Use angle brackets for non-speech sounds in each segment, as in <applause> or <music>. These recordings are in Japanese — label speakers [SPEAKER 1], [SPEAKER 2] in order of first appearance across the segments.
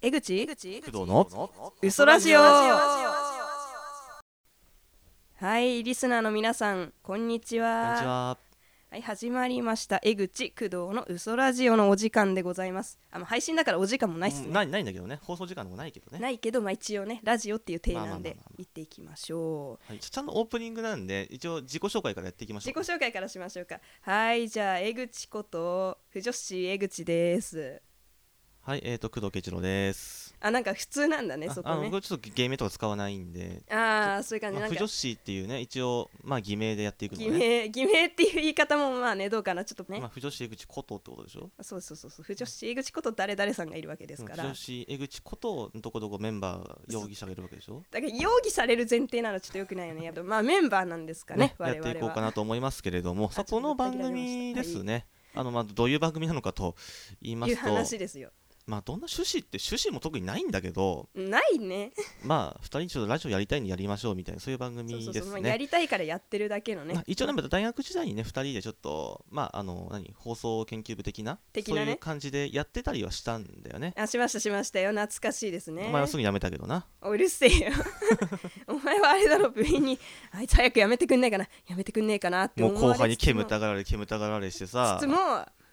[SPEAKER 1] 江口
[SPEAKER 2] 工藤の
[SPEAKER 1] 嘘ラジオはいリスナーの皆さんこんにち
[SPEAKER 2] こん
[SPEAKER 1] は
[SPEAKER 2] にちは
[SPEAKER 1] はい始まりました江口工藤の嘘ラジオのお時間でございますあまあ配信だからお時間もないっす
[SPEAKER 2] う
[SPEAKER 1] ね
[SPEAKER 2] んないないんだけどね放送時間もないけどね
[SPEAKER 1] ないけどまあ一応ねラジオっていう体なんで
[SPEAKER 2] まあまあまあまあまあ
[SPEAKER 1] 行っていきましょう
[SPEAKER 2] はいちょちゃんとオープニングなんで一応自己紹介からやっていきましょ
[SPEAKER 1] 自
[SPEAKER 2] う
[SPEAKER 1] 己紹介からしましょうかはいじゃあ江口こと不女子江口です
[SPEAKER 2] はいえーと工藤圭一郎です
[SPEAKER 1] あなんか普通なんだね
[SPEAKER 2] あ
[SPEAKER 1] そ
[SPEAKER 2] あ
[SPEAKER 1] こ
[SPEAKER 2] の
[SPEAKER 1] ね
[SPEAKER 2] 僕ちょっと芸名とか使わないんで
[SPEAKER 1] ああーそういう感じ
[SPEAKER 2] ま
[SPEAKER 1] な
[SPEAKER 2] あ
[SPEAKER 1] ん
[SPEAKER 2] 不
[SPEAKER 1] か
[SPEAKER 2] 女子っていうね一応まあ偽名でやっていくの
[SPEAKER 1] 偽
[SPEAKER 2] がね
[SPEAKER 1] 名偽名っていう言い方もまあねどうかなちょっとね
[SPEAKER 2] まあ不女子江口ことってことでしょ
[SPEAKER 1] そうそうそうそう不女子江口こと誰々さんがいるわけです
[SPEAKER 2] 不
[SPEAKER 1] から、
[SPEAKER 2] 女子江口ことどこどこメンバー容疑者がいるわけでしょ
[SPEAKER 1] だから容疑される前提なのちょっとよくないよねやっぱまあメンバーなんですかね
[SPEAKER 2] ねや
[SPEAKER 1] 我
[SPEAKER 2] っ
[SPEAKER 1] 々
[SPEAKER 2] て
[SPEAKER 1] はい
[SPEAKER 2] こうかなと思いますけれどもさあ
[SPEAKER 1] ちょ
[SPEAKER 2] こ
[SPEAKER 1] っと
[SPEAKER 2] の番組ですねあのまあどういう番組なのかと言いま
[SPEAKER 1] いう
[SPEAKER 2] すと
[SPEAKER 1] 話ですよ
[SPEAKER 2] まあどんな趣旨って趣旨も特にないんだけど
[SPEAKER 1] ないね
[SPEAKER 2] まあ2人ちょっとラジオやりたいんでやりましょう <laughs> みたいなそういう番組
[SPEAKER 1] そうそう
[SPEAKER 2] で
[SPEAKER 1] そう、
[SPEAKER 2] す
[SPEAKER 1] まあ、や
[SPEAKER 2] ね。
[SPEAKER 1] りたいからやってるだけのね、
[SPEAKER 2] まあ、一応ねまた大学時代にね2人でちょっとまああの何放送研究部的な
[SPEAKER 1] 的なね
[SPEAKER 2] そういう感じでやってたりはしたんだよね。
[SPEAKER 1] あしましたしましたよ懐かしいですね
[SPEAKER 2] お前はすぐやめたけどな。
[SPEAKER 1] おうるせえよ <laughs> お前はあれだろ部員にあいつ早くやめてくんないかなやめてくんねえかなって
[SPEAKER 2] もう
[SPEAKER 1] 思
[SPEAKER 2] 後
[SPEAKER 1] わ
[SPEAKER 2] 輩
[SPEAKER 1] れ
[SPEAKER 2] に
[SPEAKER 1] つつも
[SPEAKER 2] 煙たがられ煙たがられしてさ。
[SPEAKER 1] つつも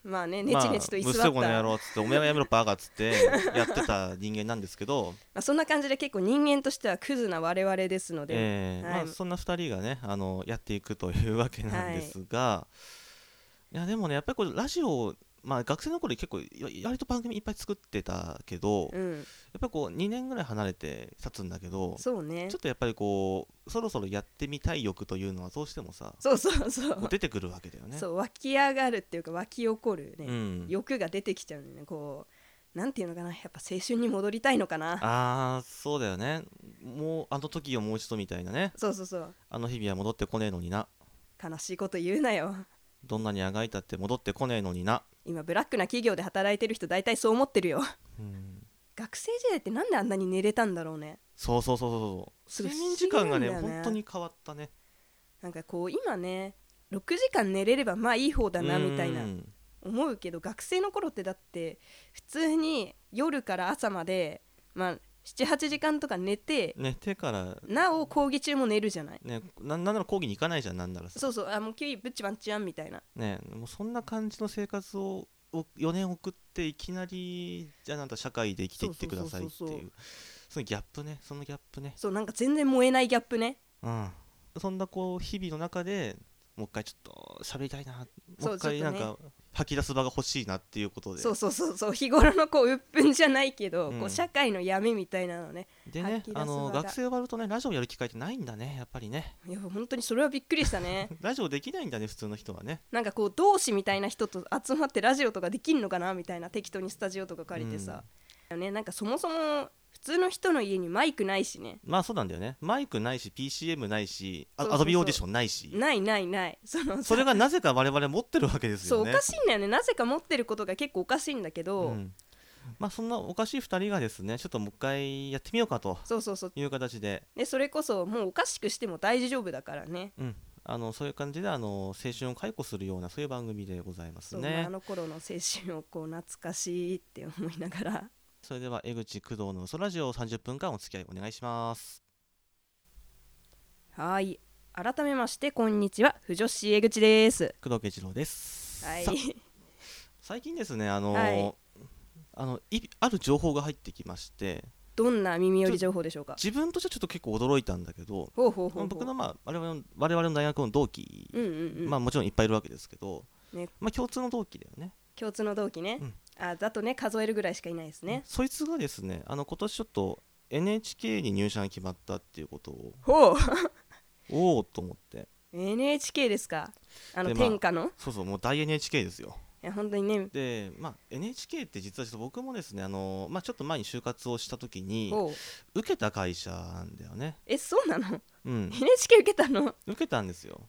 [SPEAKER 1] まあねねちねちと居座
[SPEAKER 2] まあ、
[SPEAKER 1] った、
[SPEAKER 2] むせこの野郎っつってお前はやめろバカっつってやってた人間なんですけど、
[SPEAKER 1] まあ、そんな感じで結構人間としてはクズな我々ですので、
[SPEAKER 2] えー
[SPEAKER 1] はい
[SPEAKER 2] まあ、そんな2人がねあのやっていくというわけなんですが、い、やでもねやっぱりこれラジオ、まあ、学生の頃に結構や割と番組いっぱい作ってたけど、やっ
[SPEAKER 1] うん
[SPEAKER 2] ぱりこう2年ぐらい離れて経つんだけどちょ
[SPEAKER 1] そうね
[SPEAKER 2] っとやっぱりこうそろそろやってみたい欲というのはどうしてもさ
[SPEAKER 1] そうそうそう
[SPEAKER 2] こう出てくるわけだよね。
[SPEAKER 1] そう湧き上がるっていうか湧き起こるね、
[SPEAKER 2] うん
[SPEAKER 1] 欲が出てきちゃうんだよねこうなんていうのかなやっぱ青春に戻りたいのかな
[SPEAKER 2] あーそうだよねもうあの時をもう一度みたいなね
[SPEAKER 1] そうそうそう
[SPEAKER 2] あの日々は戻ってこねえのにな
[SPEAKER 1] 悲しいこと言うなよ
[SPEAKER 2] どんなにあがいたって戻ってこねえのにな、
[SPEAKER 1] 今ブラックな企業で働いてる人大体そう思ってるよ
[SPEAKER 2] うん、
[SPEAKER 1] 学生時代ってなんであんなに寝れたんだろうね
[SPEAKER 2] そうそうそうそう
[SPEAKER 1] すご
[SPEAKER 2] そう
[SPEAKER 1] い
[SPEAKER 2] 睡眠時間がね
[SPEAKER 1] 不思議なんだよね
[SPEAKER 2] 本当に変わったね
[SPEAKER 1] なんかこう今ね6時間寝れればまあいい方だなみたいな
[SPEAKER 2] うん
[SPEAKER 1] 思うけど学生の頃ってだって普通に夜から朝までまあ78時間とか寝て
[SPEAKER 2] ね手から
[SPEAKER 1] なお講義中も寝るじゃない
[SPEAKER 2] ねなんなんなら講義に行かないじゃんなんならさ
[SPEAKER 1] そうそうあもうキュウイぶっちばんちゃんみたいな
[SPEAKER 2] ねもうそんな感じの生活をを4年送っていきなりじゃあなんだ社会で生きていってくださいって
[SPEAKER 1] そうそうそうそ
[SPEAKER 2] いうそのギャップねそのギャップね
[SPEAKER 1] そうなんか全然燃えないギャップね
[SPEAKER 2] うんそんなこう日々の中でもう一回ちょっと喋りたいな
[SPEAKER 1] そう
[SPEAKER 2] もう一回
[SPEAKER 1] ちょ
[SPEAKER 2] な
[SPEAKER 1] っ
[SPEAKER 2] ん
[SPEAKER 1] とね
[SPEAKER 2] か吐き出す場が欲しいなっていうことで
[SPEAKER 1] そうそうそうそう日頃のこう鬱憤じゃないけど、
[SPEAKER 2] うん
[SPEAKER 1] こう社会の闇みたいなのね
[SPEAKER 2] で
[SPEAKER 1] 吐
[SPEAKER 2] ね
[SPEAKER 1] き出す
[SPEAKER 2] あの
[SPEAKER 1] 場が
[SPEAKER 2] 学生終わるとねラジオやる機会ってないんだねやっぱりね
[SPEAKER 1] いや本当にそれはびっくりした
[SPEAKER 2] <laughs>
[SPEAKER 1] ね
[SPEAKER 2] ラジオできないんだね普通の人はね
[SPEAKER 1] なんかこう同志みたいな人と集まってラジオとかできんのかなみたいな適当にスタジオとか借りてさ、ね、なんかそもそも普通の人の家にマイクないしね
[SPEAKER 2] まあそうなんだよねマイクないし PCM ないしあ
[SPEAKER 1] そうそうそう
[SPEAKER 2] アドビオーディションないし
[SPEAKER 1] ないないないその
[SPEAKER 2] それがなぜか我々持ってるわけです
[SPEAKER 1] そう
[SPEAKER 2] よ
[SPEAKER 1] お
[SPEAKER 2] ね
[SPEAKER 1] かしいんだよねなぜか持ってることが結構おかしいんだけど、
[SPEAKER 2] うんまあそんなおかしい2人がですねちょっともう一回やってみようかと
[SPEAKER 1] そうそうそう
[SPEAKER 2] いう形で、
[SPEAKER 1] でそれこそもうおかしくしても大丈夫だからね
[SPEAKER 2] うん、あのそういう感じであの青春を解雇するようなそういう番組でございます
[SPEAKER 1] そうまあ
[SPEAKER 2] ね
[SPEAKER 1] あの頃の青春をこう懐かしいって思いながら
[SPEAKER 2] それでは江口工藤のソラジオ30分間お付き合いお願いします
[SPEAKER 1] はい改めましてこんにちは不女子江口です
[SPEAKER 2] 工藤圭一郎です、
[SPEAKER 1] はい
[SPEAKER 2] さ最近ですねあの、
[SPEAKER 1] はい
[SPEAKER 2] あのいある情報が入ってきまして
[SPEAKER 1] どんな耳寄り情報でしょうか
[SPEAKER 2] 自分としてはちょっと結構驚いたんだけど、
[SPEAKER 1] ほうほうほうほう
[SPEAKER 2] 僕の、まあ、我々の我々の大学の同期、
[SPEAKER 1] うんうんうん
[SPEAKER 2] まあ、もちろんいっぱいいるわけですけど、
[SPEAKER 1] ね
[SPEAKER 2] まあ、共通の同期だよね
[SPEAKER 1] 共通の同期ね、
[SPEAKER 2] うん
[SPEAKER 1] あだとね数えるぐらいしかいないですね、
[SPEAKER 2] そいつがですねあの今年ちょっと NHK に入社が決まったっていうことを
[SPEAKER 1] ほう
[SPEAKER 2] おおと思って
[SPEAKER 1] NHK ですかあの
[SPEAKER 2] でまあ
[SPEAKER 1] 天下の、
[SPEAKER 2] そうそうもう大 NHK ですよ
[SPEAKER 1] いや本当にね
[SPEAKER 2] で、まあ、NHK って実はちょっと僕もですねあの、まあ、ちょっと前に就活をした時に
[SPEAKER 1] ほう
[SPEAKER 2] 受けた会社なんだよね
[SPEAKER 1] えそうなの
[SPEAKER 2] うん
[SPEAKER 1] NHK 受けたの
[SPEAKER 2] 受けたんですよ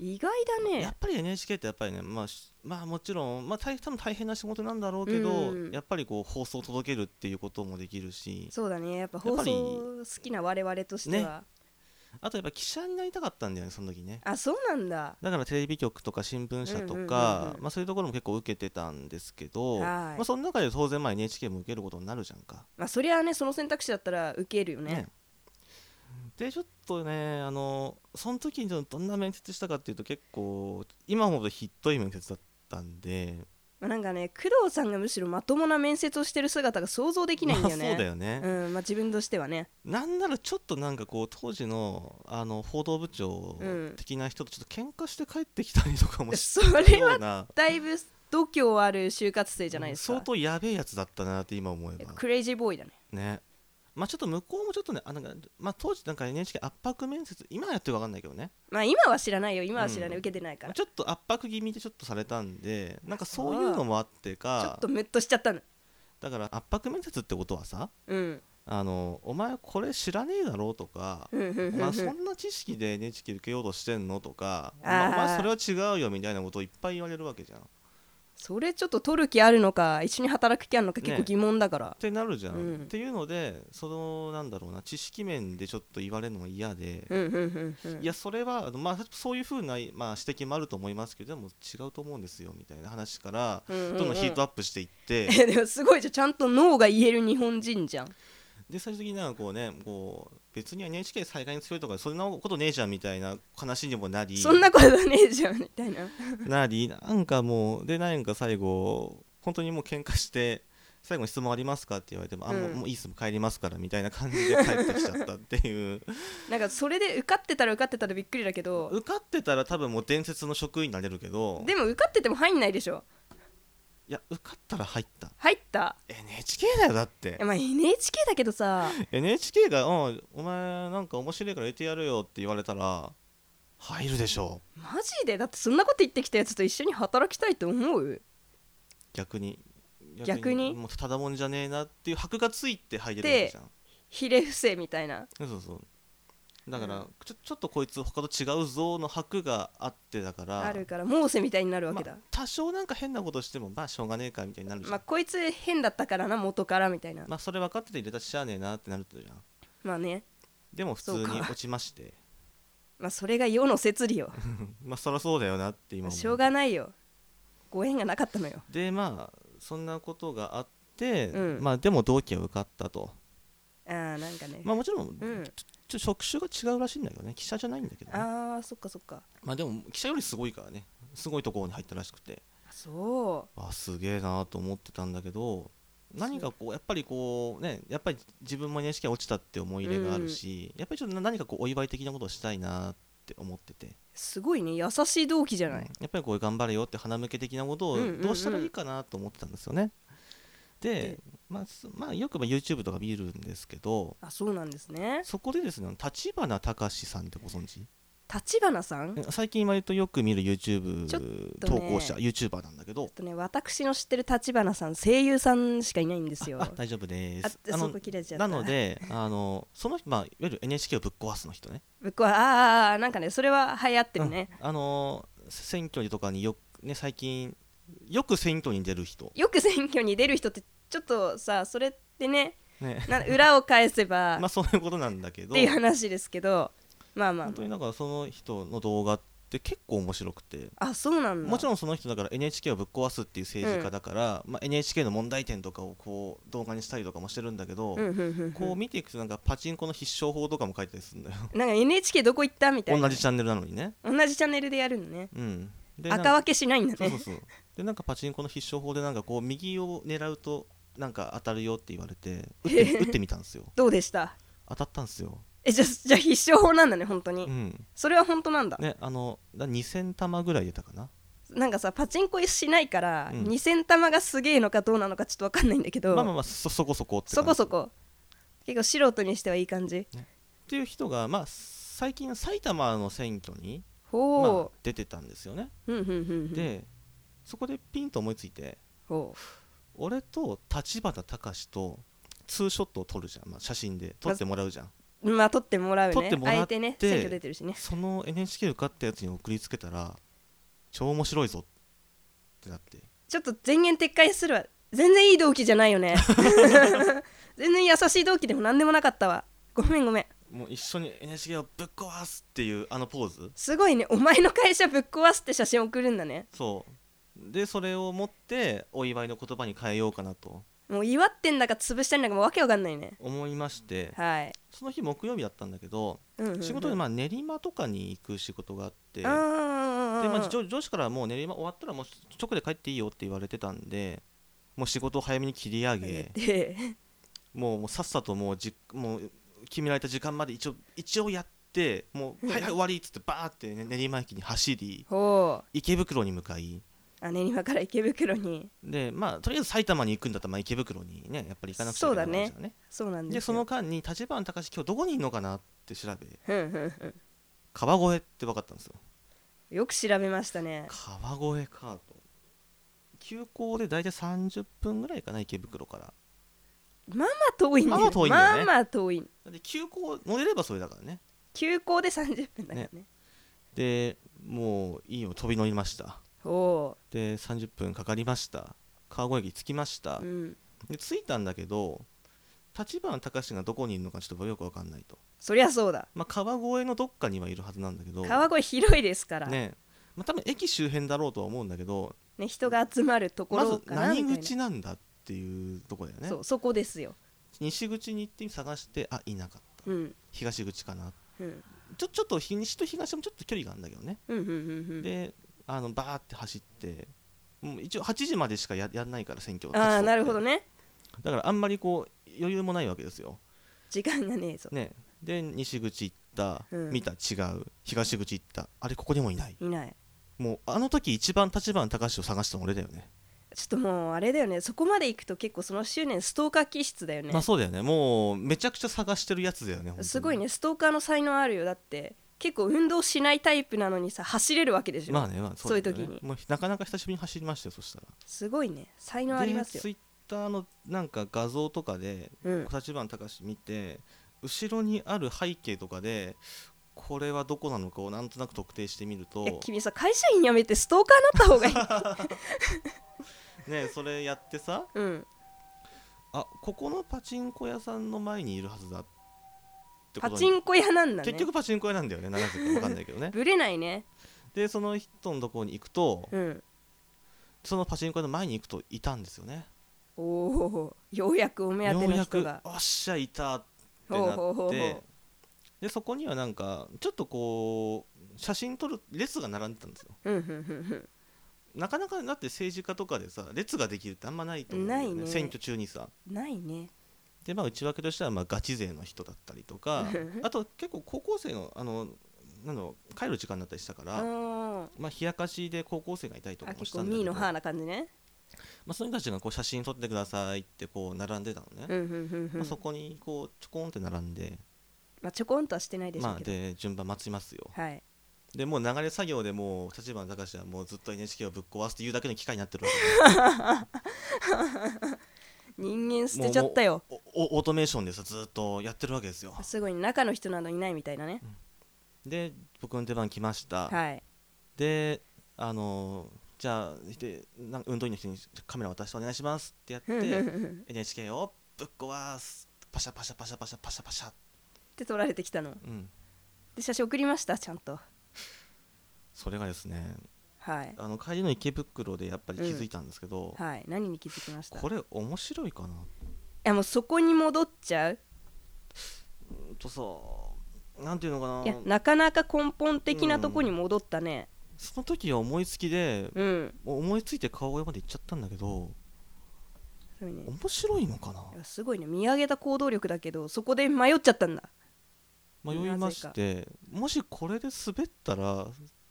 [SPEAKER 1] 意外だ
[SPEAKER 2] や
[SPEAKER 1] ね
[SPEAKER 2] っぱり NHK ってやっぱりね、まあ、しまあもちろん、まあ、大多分大変な仕事なんだろうけど、
[SPEAKER 1] うん
[SPEAKER 2] やっぱりこう放送を届けるっていうこともできるし
[SPEAKER 1] そうだねやっぱ
[SPEAKER 2] や
[SPEAKER 1] 放
[SPEAKER 2] っぱり
[SPEAKER 1] 送好きな我々としては
[SPEAKER 2] あとやっぱ記者になりたかったんだよねその時ね
[SPEAKER 1] あそうなんだ
[SPEAKER 2] だからテレビ局とか新聞社と
[SPEAKER 1] うんうんうん
[SPEAKER 2] か
[SPEAKER 1] うん
[SPEAKER 2] まあそういうところも結構受けてたんですけど、
[SPEAKER 1] はい
[SPEAKER 2] まあ、その中で当然まあ NHK も受けることになるじゃんか。
[SPEAKER 1] まあそりゃあねその選択肢だったら受けるよね
[SPEAKER 2] ねでちょっとねあのその時にどんな面接したかっていうと結構今ほどひっどい面接だったんで
[SPEAKER 1] まあ、なんかね工藤さんがむしろまともな面接をしてる姿が想像できないんだよ
[SPEAKER 2] まあ、そうだ
[SPEAKER 1] ね
[SPEAKER 2] よね、
[SPEAKER 1] うんまあ自分としてはね
[SPEAKER 2] なんならちょっとなんかこう当時のあの報道部長
[SPEAKER 1] うん
[SPEAKER 2] 的な人とちょっと喧嘩して帰ってきたりとかもし
[SPEAKER 1] そ
[SPEAKER 2] た
[SPEAKER 1] れ
[SPEAKER 2] よ
[SPEAKER 1] は
[SPEAKER 2] うな
[SPEAKER 1] だいぶ度胸ある就活生じゃないです
[SPEAKER 2] 相
[SPEAKER 1] か
[SPEAKER 2] 当やべえやつだったなって今思えば
[SPEAKER 1] クレイジーボーイだね
[SPEAKER 2] ねまあちょっと向こうもちょっとねあなんか、まあ、当時なんか NHK 圧迫面接今やってるか分かんないけどね
[SPEAKER 1] まあ今は知らないよ今は知らない、
[SPEAKER 2] うん
[SPEAKER 1] 受けてないからち
[SPEAKER 2] ちょっと圧迫気味でちょっとされたんでなんかそういうのもあって
[SPEAKER 1] ょ
[SPEAKER 2] か
[SPEAKER 1] っとムッとしちゃったの
[SPEAKER 2] だから圧迫面接ってことはさ
[SPEAKER 1] うん
[SPEAKER 2] あのお前これ知らねえだろうとか、
[SPEAKER 1] うんうんうん
[SPEAKER 2] お前
[SPEAKER 1] う
[SPEAKER 2] そ
[SPEAKER 1] ん
[SPEAKER 2] んな知識で NHK 受けようとしてんのとか、
[SPEAKER 1] あー
[SPEAKER 2] まあお前それは違うよみたいなことをいっぱい言われるわけじゃん。っ
[SPEAKER 1] それちょっと取る気あるのか一緒に働く気あるのか結構
[SPEAKER 2] ね
[SPEAKER 1] 疑問だから、
[SPEAKER 2] てなるじゃん。
[SPEAKER 1] うん
[SPEAKER 2] っていうのでそのなんだろうな知識面でちょっと言われるのも嫌で、
[SPEAKER 1] うんうんうんうん
[SPEAKER 2] いやそれはあの、まあ、そういうふうな、まあ、指摘もあると思いますけどでも違うと思うんですよみたいな話から、
[SPEAKER 1] うんうんうん
[SPEAKER 2] どんどんヒートアップしていって
[SPEAKER 1] <laughs> えでもすごいじゃんちゃんと脳が言える日本人じゃん
[SPEAKER 2] で最終的になんかこうねこう別に NHK 災害に強いとかそんなことねえじゃんみたいな話にもなり
[SPEAKER 1] そんなことねえじゃんみたいな
[SPEAKER 2] なりなんかもうでなんか最後本当にもう喧嘩して最後に質問ありますかって言われても、あもう
[SPEAKER 1] うん
[SPEAKER 2] もういいです帰りますからみたいな感じで帰ってきちゃったっていう
[SPEAKER 1] なんかそれで受かってたら受かってたらびっくりだけど
[SPEAKER 2] 受かってたら多分もう伝説の職員になれるけど
[SPEAKER 1] でも受かってても入んないでしょ
[SPEAKER 2] いや受かったら入った
[SPEAKER 1] 入った
[SPEAKER 2] NHK だよだって
[SPEAKER 1] えまあ NHK だけど
[SPEAKER 2] <laughs>
[SPEAKER 1] さ
[SPEAKER 2] NHK が「うんお前なんか面白いから入れてやるよ」って言われたら入るでしょう
[SPEAKER 1] マジでだってそんなこと言ってきたやつと一緒に働きたいと思う
[SPEAKER 2] 逆に
[SPEAKER 1] 逆に
[SPEAKER 2] もうただもんじゃねえなっていう箔がついて入れるわけじゃん
[SPEAKER 1] ひれ伏せみたいな
[SPEAKER 2] そうそうそうだから、
[SPEAKER 1] う
[SPEAKER 2] ちょちょっとこいつ他と違う像の箔があってだから
[SPEAKER 1] あるからモーセみたいになるわけだ
[SPEAKER 2] まあ、多少なんか変なことしてもまあしょうがねえかみたいになるじゃん、
[SPEAKER 1] まあ
[SPEAKER 2] ま
[SPEAKER 1] こいつ変だったからな元からみたいな
[SPEAKER 2] あ、それ分かってて入れたしゃあねえなってなるじゃん
[SPEAKER 1] まあね
[SPEAKER 2] でも普通に
[SPEAKER 1] そうか
[SPEAKER 2] 落ちまして
[SPEAKER 1] まあそれが世の摂理よ
[SPEAKER 2] <laughs> まあそりゃそうだよなって今思う
[SPEAKER 1] しょうがないよご縁がなかったのよ
[SPEAKER 2] でまあそんなことがあって、
[SPEAKER 1] うん
[SPEAKER 2] まあでも同期は受かったと
[SPEAKER 1] あーなんかね、
[SPEAKER 2] まあもちろん、
[SPEAKER 1] うん
[SPEAKER 2] ちょ職種が違うらしいんだけどね記者じゃないんだけどね、
[SPEAKER 1] あーそっかそっか
[SPEAKER 2] まあでも記者よりすごいからねすごいところに入ったらしくて
[SPEAKER 1] そ
[SPEAKER 2] あすげえなと思ってたんだけど何かこうやっぱりこうねやっぱり自分も NHK 落ちたって思い入れがあるし、やっぱりちょっとな何かこうお祝い的なことをしたいなって思ってて、
[SPEAKER 1] うすごいね優しい同期じゃない、
[SPEAKER 2] やっぱりこう頑張れよって鼻向け的なことを
[SPEAKER 1] うんうんうん
[SPEAKER 2] どうしたらいいかなと思ってたんですよね。で
[SPEAKER 1] で、
[SPEAKER 2] まあすまあ、よくまあ YouTube とか見るんですけど
[SPEAKER 1] あそうなんですね
[SPEAKER 2] そこでですね立花隆さんってご存知
[SPEAKER 1] 立花さんちょ
[SPEAKER 2] 最近割とよく見る
[SPEAKER 1] ちょ
[SPEAKER 2] YouTube
[SPEAKER 1] とね
[SPEAKER 2] 投稿者、YouTuber なんだけど
[SPEAKER 1] っとね私の知ってる立花さん声優さんしかいないんですよ
[SPEAKER 2] あ大丈夫です
[SPEAKER 1] あ
[SPEAKER 2] あ
[SPEAKER 1] そ
[SPEAKER 2] の
[SPEAKER 1] こ切れちゃった
[SPEAKER 2] なのであのその人、まあ、いわゆる NHK をぶっ壊すの人ね
[SPEAKER 1] 僕はあーあーなんかねそれは流行ってるね、
[SPEAKER 2] うんあの選挙とかによく、ね、最近よく選挙に出る人、
[SPEAKER 1] よく選挙に出る人ってちょっとさそれってね
[SPEAKER 2] ね
[SPEAKER 1] な裏を返せば、
[SPEAKER 2] <laughs> まあ、そういうことなんだけ
[SPEAKER 1] っ
[SPEAKER 2] ど
[SPEAKER 1] ていう話ですけどまあまあ
[SPEAKER 2] 本当になんかその人の動画って結構面白くて。
[SPEAKER 1] あそうなんだ
[SPEAKER 2] もちろんその人だから NHK をぶっ壊すっていう政治家だから、まあ、NHK の問題点とかをこう動画にしたりとかもしてるんだけど、
[SPEAKER 1] うんうんうんうん
[SPEAKER 2] こう見ていくとなんかパチンコの必勝法とかも書いてたりするんだよ
[SPEAKER 1] なんか NHK どこ行ったみたい
[SPEAKER 2] 同
[SPEAKER 1] な
[SPEAKER 2] じチャンネルなのにね、
[SPEAKER 1] 同じチャンネルでやるのね
[SPEAKER 2] うん、でなんか
[SPEAKER 1] 赤分けしないんだ
[SPEAKER 2] そうそ
[SPEAKER 1] ね
[SPEAKER 2] うそうでなんかパチンコの必勝法でなんかこう右を狙うとなんか当たるよって言われて打って打ってみたんですよ
[SPEAKER 1] どうでした
[SPEAKER 2] 当たったんですよ、
[SPEAKER 1] えじゃあじゃあ必勝法なんだね本当に、
[SPEAKER 2] うん
[SPEAKER 1] それは本当なんだ、
[SPEAKER 2] ね、あのな2000玉ぐらい出たかな
[SPEAKER 1] なんかさパチンコしないから、
[SPEAKER 2] うん
[SPEAKER 1] 2000玉がすげえのかどうなのかちょっと分かんないんだけど、
[SPEAKER 2] まあまあまあそそこそこって
[SPEAKER 1] そこそ
[SPEAKER 2] こ
[SPEAKER 1] こ結構素人にしてはいい感じ
[SPEAKER 2] っていう人がまあ最近埼玉の選挙に、まあ
[SPEAKER 1] ほ、
[SPEAKER 2] 出てたんですよね、
[SPEAKER 1] う、うんうんうんうん
[SPEAKER 2] でそこでピンと思いついて
[SPEAKER 1] ほ
[SPEAKER 2] 俺と立花隆とツーショットを撮るじゃん、まあ、写真で撮ってもらうじゃん
[SPEAKER 1] うまあ取ってもらうね
[SPEAKER 2] 取ってもらって
[SPEAKER 1] 相手ね選挙出てるしね
[SPEAKER 2] その NHK 受かったやつに送りつけたら超面白いぞってなって
[SPEAKER 1] ちょっと前言撤回するわ全然いい
[SPEAKER 2] <laughs>
[SPEAKER 1] 動機じゃないよね全然優しい動機でも何でもなかったわごめんごめん
[SPEAKER 2] もう一緒に NHK をぶっ壊すっていうあのポーズ
[SPEAKER 1] すごいねお前の会社ぶっ壊すって写真送るんだね
[SPEAKER 2] そうでそれを持ってお祝いの言葉に変えようかなと
[SPEAKER 1] もう祝ってんだか潰したいんだかもうわけわかんないね
[SPEAKER 2] 思いまして
[SPEAKER 1] はい、
[SPEAKER 2] その日木曜日だったんだけど
[SPEAKER 1] うんうんうん
[SPEAKER 2] 仕事でまあ練馬とかに行く仕事があって
[SPEAKER 1] あー
[SPEAKER 2] で、まあ、上上司からもう練馬終わったらもう直で帰っていいよって言われてたんでもう仕事を早めに切り上げ
[SPEAKER 1] で
[SPEAKER 2] もうもうさっさともうじもう決められた時間まで一応一応やってもうはいはい終わりっつってバーって、ね、練馬駅に走り
[SPEAKER 1] ほ
[SPEAKER 2] 池袋に向かいう
[SPEAKER 1] あ練馬から池袋に
[SPEAKER 2] でまあとりあえず埼玉に行くんだったら、まあ、池袋にねやっぱり行かなくちゃいけ
[SPEAKER 1] そ
[SPEAKER 2] ない
[SPEAKER 1] うだね
[SPEAKER 2] わけですよね
[SPEAKER 1] そうなんです
[SPEAKER 2] で
[SPEAKER 1] よ
[SPEAKER 2] その間に立花隆今日どこにいるのかなって調べ
[SPEAKER 1] ふんふんふん
[SPEAKER 2] 川越って分かったんですよ
[SPEAKER 1] よく調べましたね
[SPEAKER 2] 川越かと急行で大体30分ぐらいかな池袋から
[SPEAKER 1] まあまあ遠いんだよ
[SPEAKER 2] まあまあ遠いんだよね
[SPEAKER 1] まあまあ遠い
[SPEAKER 2] で急行乗れればそれだからね
[SPEAKER 1] 急行で30分だからね
[SPEAKER 2] でもういいよ飛び乗りました
[SPEAKER 1] ほ
[SPEAKER 2] で30分かかりました川越駅着きました、
[SPEAKER 1] ううん
[SPEAKER 2] で着いたんだけど立花隆がどこにいるのかちょっとよく分かんないと、
[SPEAKER 1] そりゃそうだ
[SPEAKER 2] まあ、川越のどっかにはいるはずなんだけど
[SPEAKER 1] 川越広いですからね
[SPEAKER 2] ねまあ、多分駅周辺だろうとは思うんだけど
[SPEAKER 1] 人が集まるとこ
[SPEAKER 2] ま
[SPEAKER 1] ろ
[SPEAKER 2] ず
[SPEAKER 1] かなみたい
[SPEAKER 2] 何
[SPEAKER 1] な
[SPEAKER 2] 口なんだっていうとこだよね
[SPEAKER 1] そうそこですよ
[SPEAKER 2] 西口に行って探してあいなかった
[SPEAKER 1] うん
[SPEAKER 2] 東口かな
[SPEAKER 1] うん
[SPEAKER 2] ちょちょっと西と東もちょっと距離があるんだけどね、
[SPEAKER 1] うんうんうんうん
[SPEAKER 2] であのバーって走ってもう一応8時までしかややんないから選挙活動っ
[SPEAKER 1] ああ
[SPEAKER 2] て
[SPEAKER 1] なるほどね
[SPEAKER 2] だからあんまりこう余裕もないわけですよ、
[SPEAKER 1] 時間がねえぞ
[SPEAKER 2] ね、で西口行った、
[SPEAKER 1] うん
[SPEAKER 2] 見た違う東口行ったあれここにもいない
[SPEAKER 1] いない
[SPEAKER 2] もうあの時一番立花隆を探したの俺だよね
[SPEAKER 1] ちょっともうあれだよねそこまで行くと結構その執念ストーカー気質だよね
[SPEAKER 2] まあそうだよねもうめちゃくちゃ探してるやつだよね本当に
[SPEAKER 1] すごいねストーカーの才能あるよだって結構運動しないタイプなのにさ走れるわけでしょ、
[SPEAKER 2] まあね、まあ、だよね
[SPEAKER 1] そういう時に
[SPEAKER 2] もうなかなか久しぶりに走りましたよそしたら
[SPEAKER 1] すごいね才能あります
[SPEAKER 2] ツ
[SPEAKER 1] よ、
[SPEAKER 2] イッターのなんか画像とかで
[SPEAKER 1] うん、
[SPEAKER 2] 立花隆見て後ろにある背景とかでこれはどこなのかをなんとなく特定してみる
[SPEAKER 1] いや
[SPEAKER 2] と、
[SPEAKER 1] 君さ会社員辞めてストーカーになった方がいい
[SPEAKER 2] ね、それやってさ <laughs>
[SPEAKER 1] うん
[SPEAKER 2] あここのパチンコ屋さんの前にいるはずだってこ
[SPEAKER 1] パ
[SPEAKER 2] とに
[SPEAKER 1] チンコ屋なんだね
[SPEAKER 2] 結局パチンコ屋なんだよねなぜか分かんないけ
[SPEAKER 1] <laughs>
[SPEAKER 2] どね
[SPEAKER 1] ぶれないね
[SPEAKER 2] でその人のところに行くと、
[SPEAKER 1] うん
[SPEAKER 2] そのパチンコ屋の前に行くといたんですよね
[SPEAKER 1] おおようやくお目当て
[SPEAKER 2] よう
[SPEAKER 1] の
[SPEAKER 2] やく
[SPEAKER 1] 人が
[SPEAKER 2] おっしゃいたってな
[SPEAKER 1] ほ
[SPEAKER 2] っ
[SPEAKER 1] う
[SPEAKER 2] て
[SPEAKER 1] ほうほうほ
[SPEAKER 2] でそこにはなんかちょっとこう写真撮る列が並んでたんですよ
[SPEAKER 1] うんうんうん
[SPEAKER 2] なかなかだって政治家とかでさ列ができるってあんまないと思うんだよ
[SPEAKER 1] ないね
[SPEAKER 2] 選挙中にさ
[SPEAKER 1] うんないね
[SPEAKER 2] でまあ内訳としてはまあガチ勢の人だったりと
[SPEAKER 1] <laughs>
[SPEAKER 2] かあと結構高校生のあのなんだろう帰る時間だったりしたか
[SPEAKER 1] あ
[SPEAKER 2] ら、
[SPEAKER 1] ー
[SPEAKER 2] まあ、冷やかしで高校生がいたりとか
[SPEAKER 1] あ
[SPEAKER 2] も
[SPEAKER 1] 結
[SPEAKER 2] した
[SPEAKER 1] 構
[SPEAKER 2] んだ
[SPEAKER 1] ミ
[SPEAKER 2] け
[SPEAKER 1] ー
[SPEAKER 2] ど
[SPEAKER 1] のハーな感じね
[SPEAKER 2] まあ、その人たちがこう写真撮ってくださいってこう並んでたのね、
[SPEAKER 1] うんうんうんうん
[SPEAKER 2] まあ、そこにこうちょこんって並んで,、
[SPEAKER 1] まあちょこんとはしてないでしょ
[SPEAKER 2] ま
[SPEAKER 1] う
[SPEAKER 2] あ、
[SPEAKER 1] けど、
[SPEAKER 2] で順番待ちますよ
[SPEAKER 1] はい
[SPEAKER 2] でもう流れ作業でもう立花隆はもうずっと NHK をぶっ壊すっていうだけの機会になってるわ
[SPEAKER 1] 人間 <laughs>
[SPEAKER 2] け
[SPEAKER 1] 捨てちゃったよ
[SPEAKER 2] もうおおオートメーションでさずっとやってるわけですよ
[SPEAKER 1] すごいね中の人などいないみたいなね
[SPEAKER 2] で僕の出番来ました、
[SPEAKER 1] はい
[SPEAKER 2] であのーじゃあでなん運動員の人にカメラ渡してお願いしますってやっ
[SPEAKER 1] うんうん <laughs>
[SPEAKER 2] て
[SPEAKER 1] うん
[SPEAKER 2] NHK をぶっ壊すパシャパシャパシャパシャパシャパシャ、
[SPEAKER 1] で撮られてきたの
[SPEAKER 2] うん、
[SPEAKER 1] で写真送りましたちゃんと
[SPEAKER 2] それがですね
[SPEAKER 1] はい
[SPEAKER 2] あの帰りの池袋でやっぱり気づいたんですけど、
[SPEAKER 1] はい何に気づきました
[SPEAKER 2] これ面白いかない
[SPEAKER 1] やもうそこに戻っちゃう
[SPEAKER 2] うんとさなんていうのかない
[SPEAKER 1] やなかなか根本的なとこに戻ったね
[SPEAKER 2] その時は思いつきで
[SPEAKER 1] うん、
[SPEAKER 2] もう思いついて川越まで行っちゃったんだけど
[SPEAKER 1] すごいね
[SPEAKER 2] 面白いのかない
[SPEAKER 1] やすごいね見上げた行動力だけどそこで迷っちゃったんだ
[SPEAKER 2] 迷いましてもしこれで滑ったら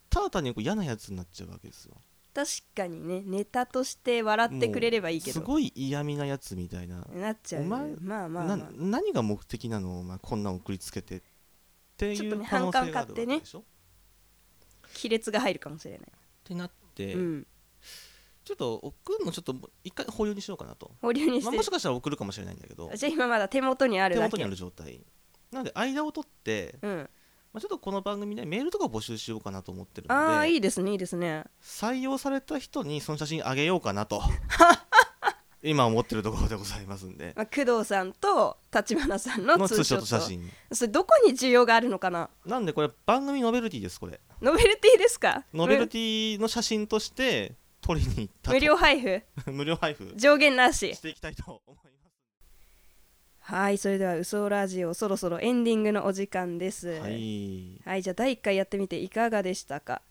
[SPEAKER 2] ただ単にこう嫌なやつになっちゃうわけですよ
[SPEAKER 1] 確かにねネタとして笑ってくれればいいけ
[SPEAKER 2] す
[SPEAKER 1] ど
[SPEAKER 2] ごい嫌味なやつみたいな、
[SPEAKER 1] なっちゃう
[SPEAKER 2] お前
[SPEAKER 1] まあまあ、まあ
[SPEAKER 2] な、何が目的なのお前こんなん送りつけてって
[SPEAKER 1] ちょ
[SPEAKER 2] い
[SPEAKER 1] っと
[SPEAKER 2] う
[SPEAKER 1] ね
[SPEAKER 2] 可能性があ
[SPEAKER 1] 反感
[SPEAKER 2] るわ
[SPEAKER 1] 買って
[SPEAKER 2] け
[SPEAKER 1] ね
[SPEAKER 2] でしょ、っ
[SPEAKER 1] 亀裂が入るかもしれない、
[SPEAKER 2] てなって、
[SPEAKER 1] うん
[SPEAKER 2] ちょっと送るのちょっと一回保留にしようかなと、
[SPEAKER 1] 保留にし
[SPEAKER 2] まあ、
[SPEAKER 1] て、
[SPEAKER 2] もしかしたら送るかもしれないんだけど
[SPEAKER 1] じゃあ今まだ手元にある
[SPEAKER 2] 手
[SPEAKER 1] だ
[SPEAKER 2] 元
[SPEAKER 1] け
[SPEAKER 2] にある状態なので間を取って、
[SPEAKER 1] うん
[SPEAKER 2] まあ、ちょっとこの番組でメールとかを募集しようかなと思ってる
[SPEAKER 1] あ
[SPEAKER 2] の
[SPEAKER 1] あ
[SPEAKER 2] で
[SPEAKER 1] いいですねいいですね <laughs>
[SPEAKER 2] 採用された人にその写真あげようかなと今思ってるところでございますんで
[SPEAKER 1] まあ、工藤さんと立花さんの
[SPEAKER 2] の
[SPEAKER 1] ツ
[SPEAKER 2] ツ
[SPEAKER 1] ー
[SPEAKER 2] ー
[SPEAKER 1] シ
[SPEAKER 2] シ
[SPEAKER 1] ョ
[SPEAKER 2] ョ
[SPEAKER 1] ッ
[SPEAKER 2] ッ
[SPEAKER 1] ト
[SPEAKER 2] ト写真
[SPEAKER 1] それどこに需要があるのかな
[SPEAKER 2] なんでこれ番組ノベルティですこれ
[SPEAKER 1] ノベルティですか
[SPEAKER 2] ノベル
[SPEAKER 1] テ
[SPEAKER 2] ティの写真として撮りに行ったと
[SPEAKER 1] 無料配布
[SPEAKER 2] <laughs> 無料配布
[SPEAKER 1] 上限なし
[SPEAKER 2] していきたいと思いま
[SPEAKER 1] はいそれでは「ウソラジオ」そろそろエンディングのお時間です
[SPEAKER 2] すはい、
[SPEAKER 1] はいじゃあ第1回やってみていかがでしたか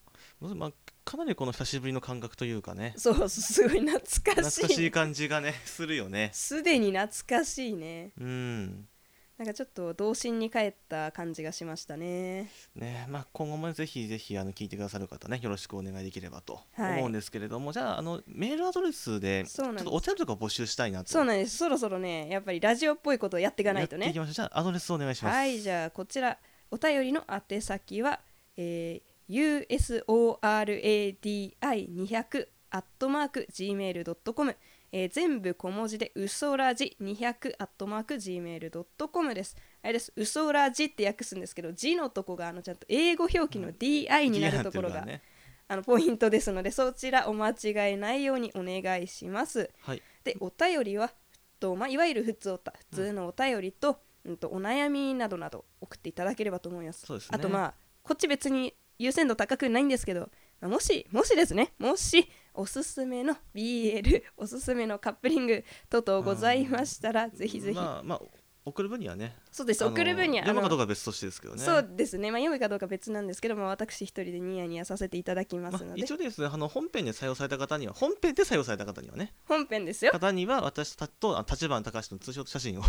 [SPEAKER 2] まあ、かなりこの久しぶりの感覚というかね
[SPEAKER 1] そうすごい懐かしい
[SPEAKER 2] 懐かしい感
[SPEAKER 1] <laughs>
[SPEAKER 2] じがねするよね
[SPEAKER 1] すでに懐かしいね
[SPEAKER 2] うん
[SPEAKER 1] なんかちょっと童心に帰った感じがしましたね
[SPEAKER 2] ねまあ、今後もぜひぜひあの聞いてくださる方ねよろしくお願いできればと
[SPEAKER 1] はい
[SPEAKER 2] 思うんですけれども、じゃああのメールアドレスでち
[SPEAKER 1] そうな
[SPEAKER 2] ょ
[SPEAKER 1] んで
[SPEAKER 2] っ
[SPEAKER 1] す
[SPEAKER 2] とお手紙とか募集したいなと
[SPEAKER 1] そうなんですそろそろねやっぱりラジオっぽいことをやっていかないと
[SPEAKER 2] やって
[SPEAKER 1] ね
[SPEAKER 2] いきましょうじゃあアドレスお願いします
[SPEAKER 1] はいじゃあこちらお便りの宛先は、えー usoradi200 アットマーク gmail.com、えー全部小文字でうそらじ200アットマーク gmail.com ですあれですうそらじって訳すんですけど字のとこがあのちゃんと英語表記の DI になるところが、
[SPEAKER 2] 気になってるからね
[SPEAKER 1] あのポイントですのでそちらお間違えないようにお願いします
[SPEAKER 2] はい
[SPEAKER 1] でお便りはと、まあ、いわゆる普通おた普通のお便りと,、うん、とお悩みなどなど送っていただければと思います
[SPEAKER 2] そうですね
[SPEAKER 1] あとまあこっち別に優先度高くないんですけど、まあもしもしですねもしおすすめの BL <laughs> おすすめのカップリング等々ございましたらぜひぜひ、
[SPEAKER 2] まあまあ送る分にはね
[SPEAKER 1] そうです送る分には
[SPEAKER 2] あの読むか
[SPEAKER 1] あの
[SPEAKER 2] どうかは別としてですけどね
[SPEAKER 1] そうですね、まあ、読むかどうか別なんですけども私一人でニヤニヤさせていただきます
[SPEAKER 2] ま
[SPEAKER 1] の
[SPEAKER 2] あ
[SPEAKER 1] で、
[SPEAKER 2] 一応ですねあの本編で採用された方には本編で採用された方にはね
[SPEAKER 1] 本編ですよ
[SPEAKER 2] 方には私たちとあ立花隆のツーショット
[SPEAKER 1] <laughs>
[SPEAKER 2] 写真を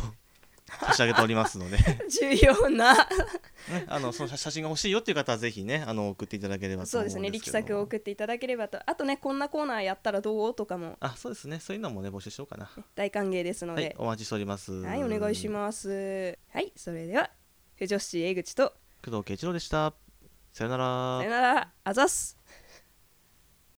[SPEAKER 2] 差し上げておりますので、 <laughs>
[SPEAKER 1] 重要な
[SPEAKER 2] ね、あのその写写真が欲しいよっていう方はぜひねあの送っていただければと
[SPEAKER 1] そう
[SPEAKER 2] 思うん
[SPEAKER 1] で
[SPEAKER 2] ですすけど
[SPEAKER 1] ね
[SPEAKER 2] も
[SPEAKER 1] 力作を送っていただければとあとねこんなコーナーやったらどうとかも
[SPEAKER 2] あそうですねそういうのもね募集しようかな
[SPEAKER 1] 大歓迎ですの
[SPEAKER 2] はい
[SPEAKER 1] で、
[SPEAKER 2] お待ちしております
[SPEAKER 1] はい、お願いしますはいそれでは不女子江口と
[SPEAKER 2] す工藤圭一郎でしたさよなら
[SPEAKER 1] さよならあざっす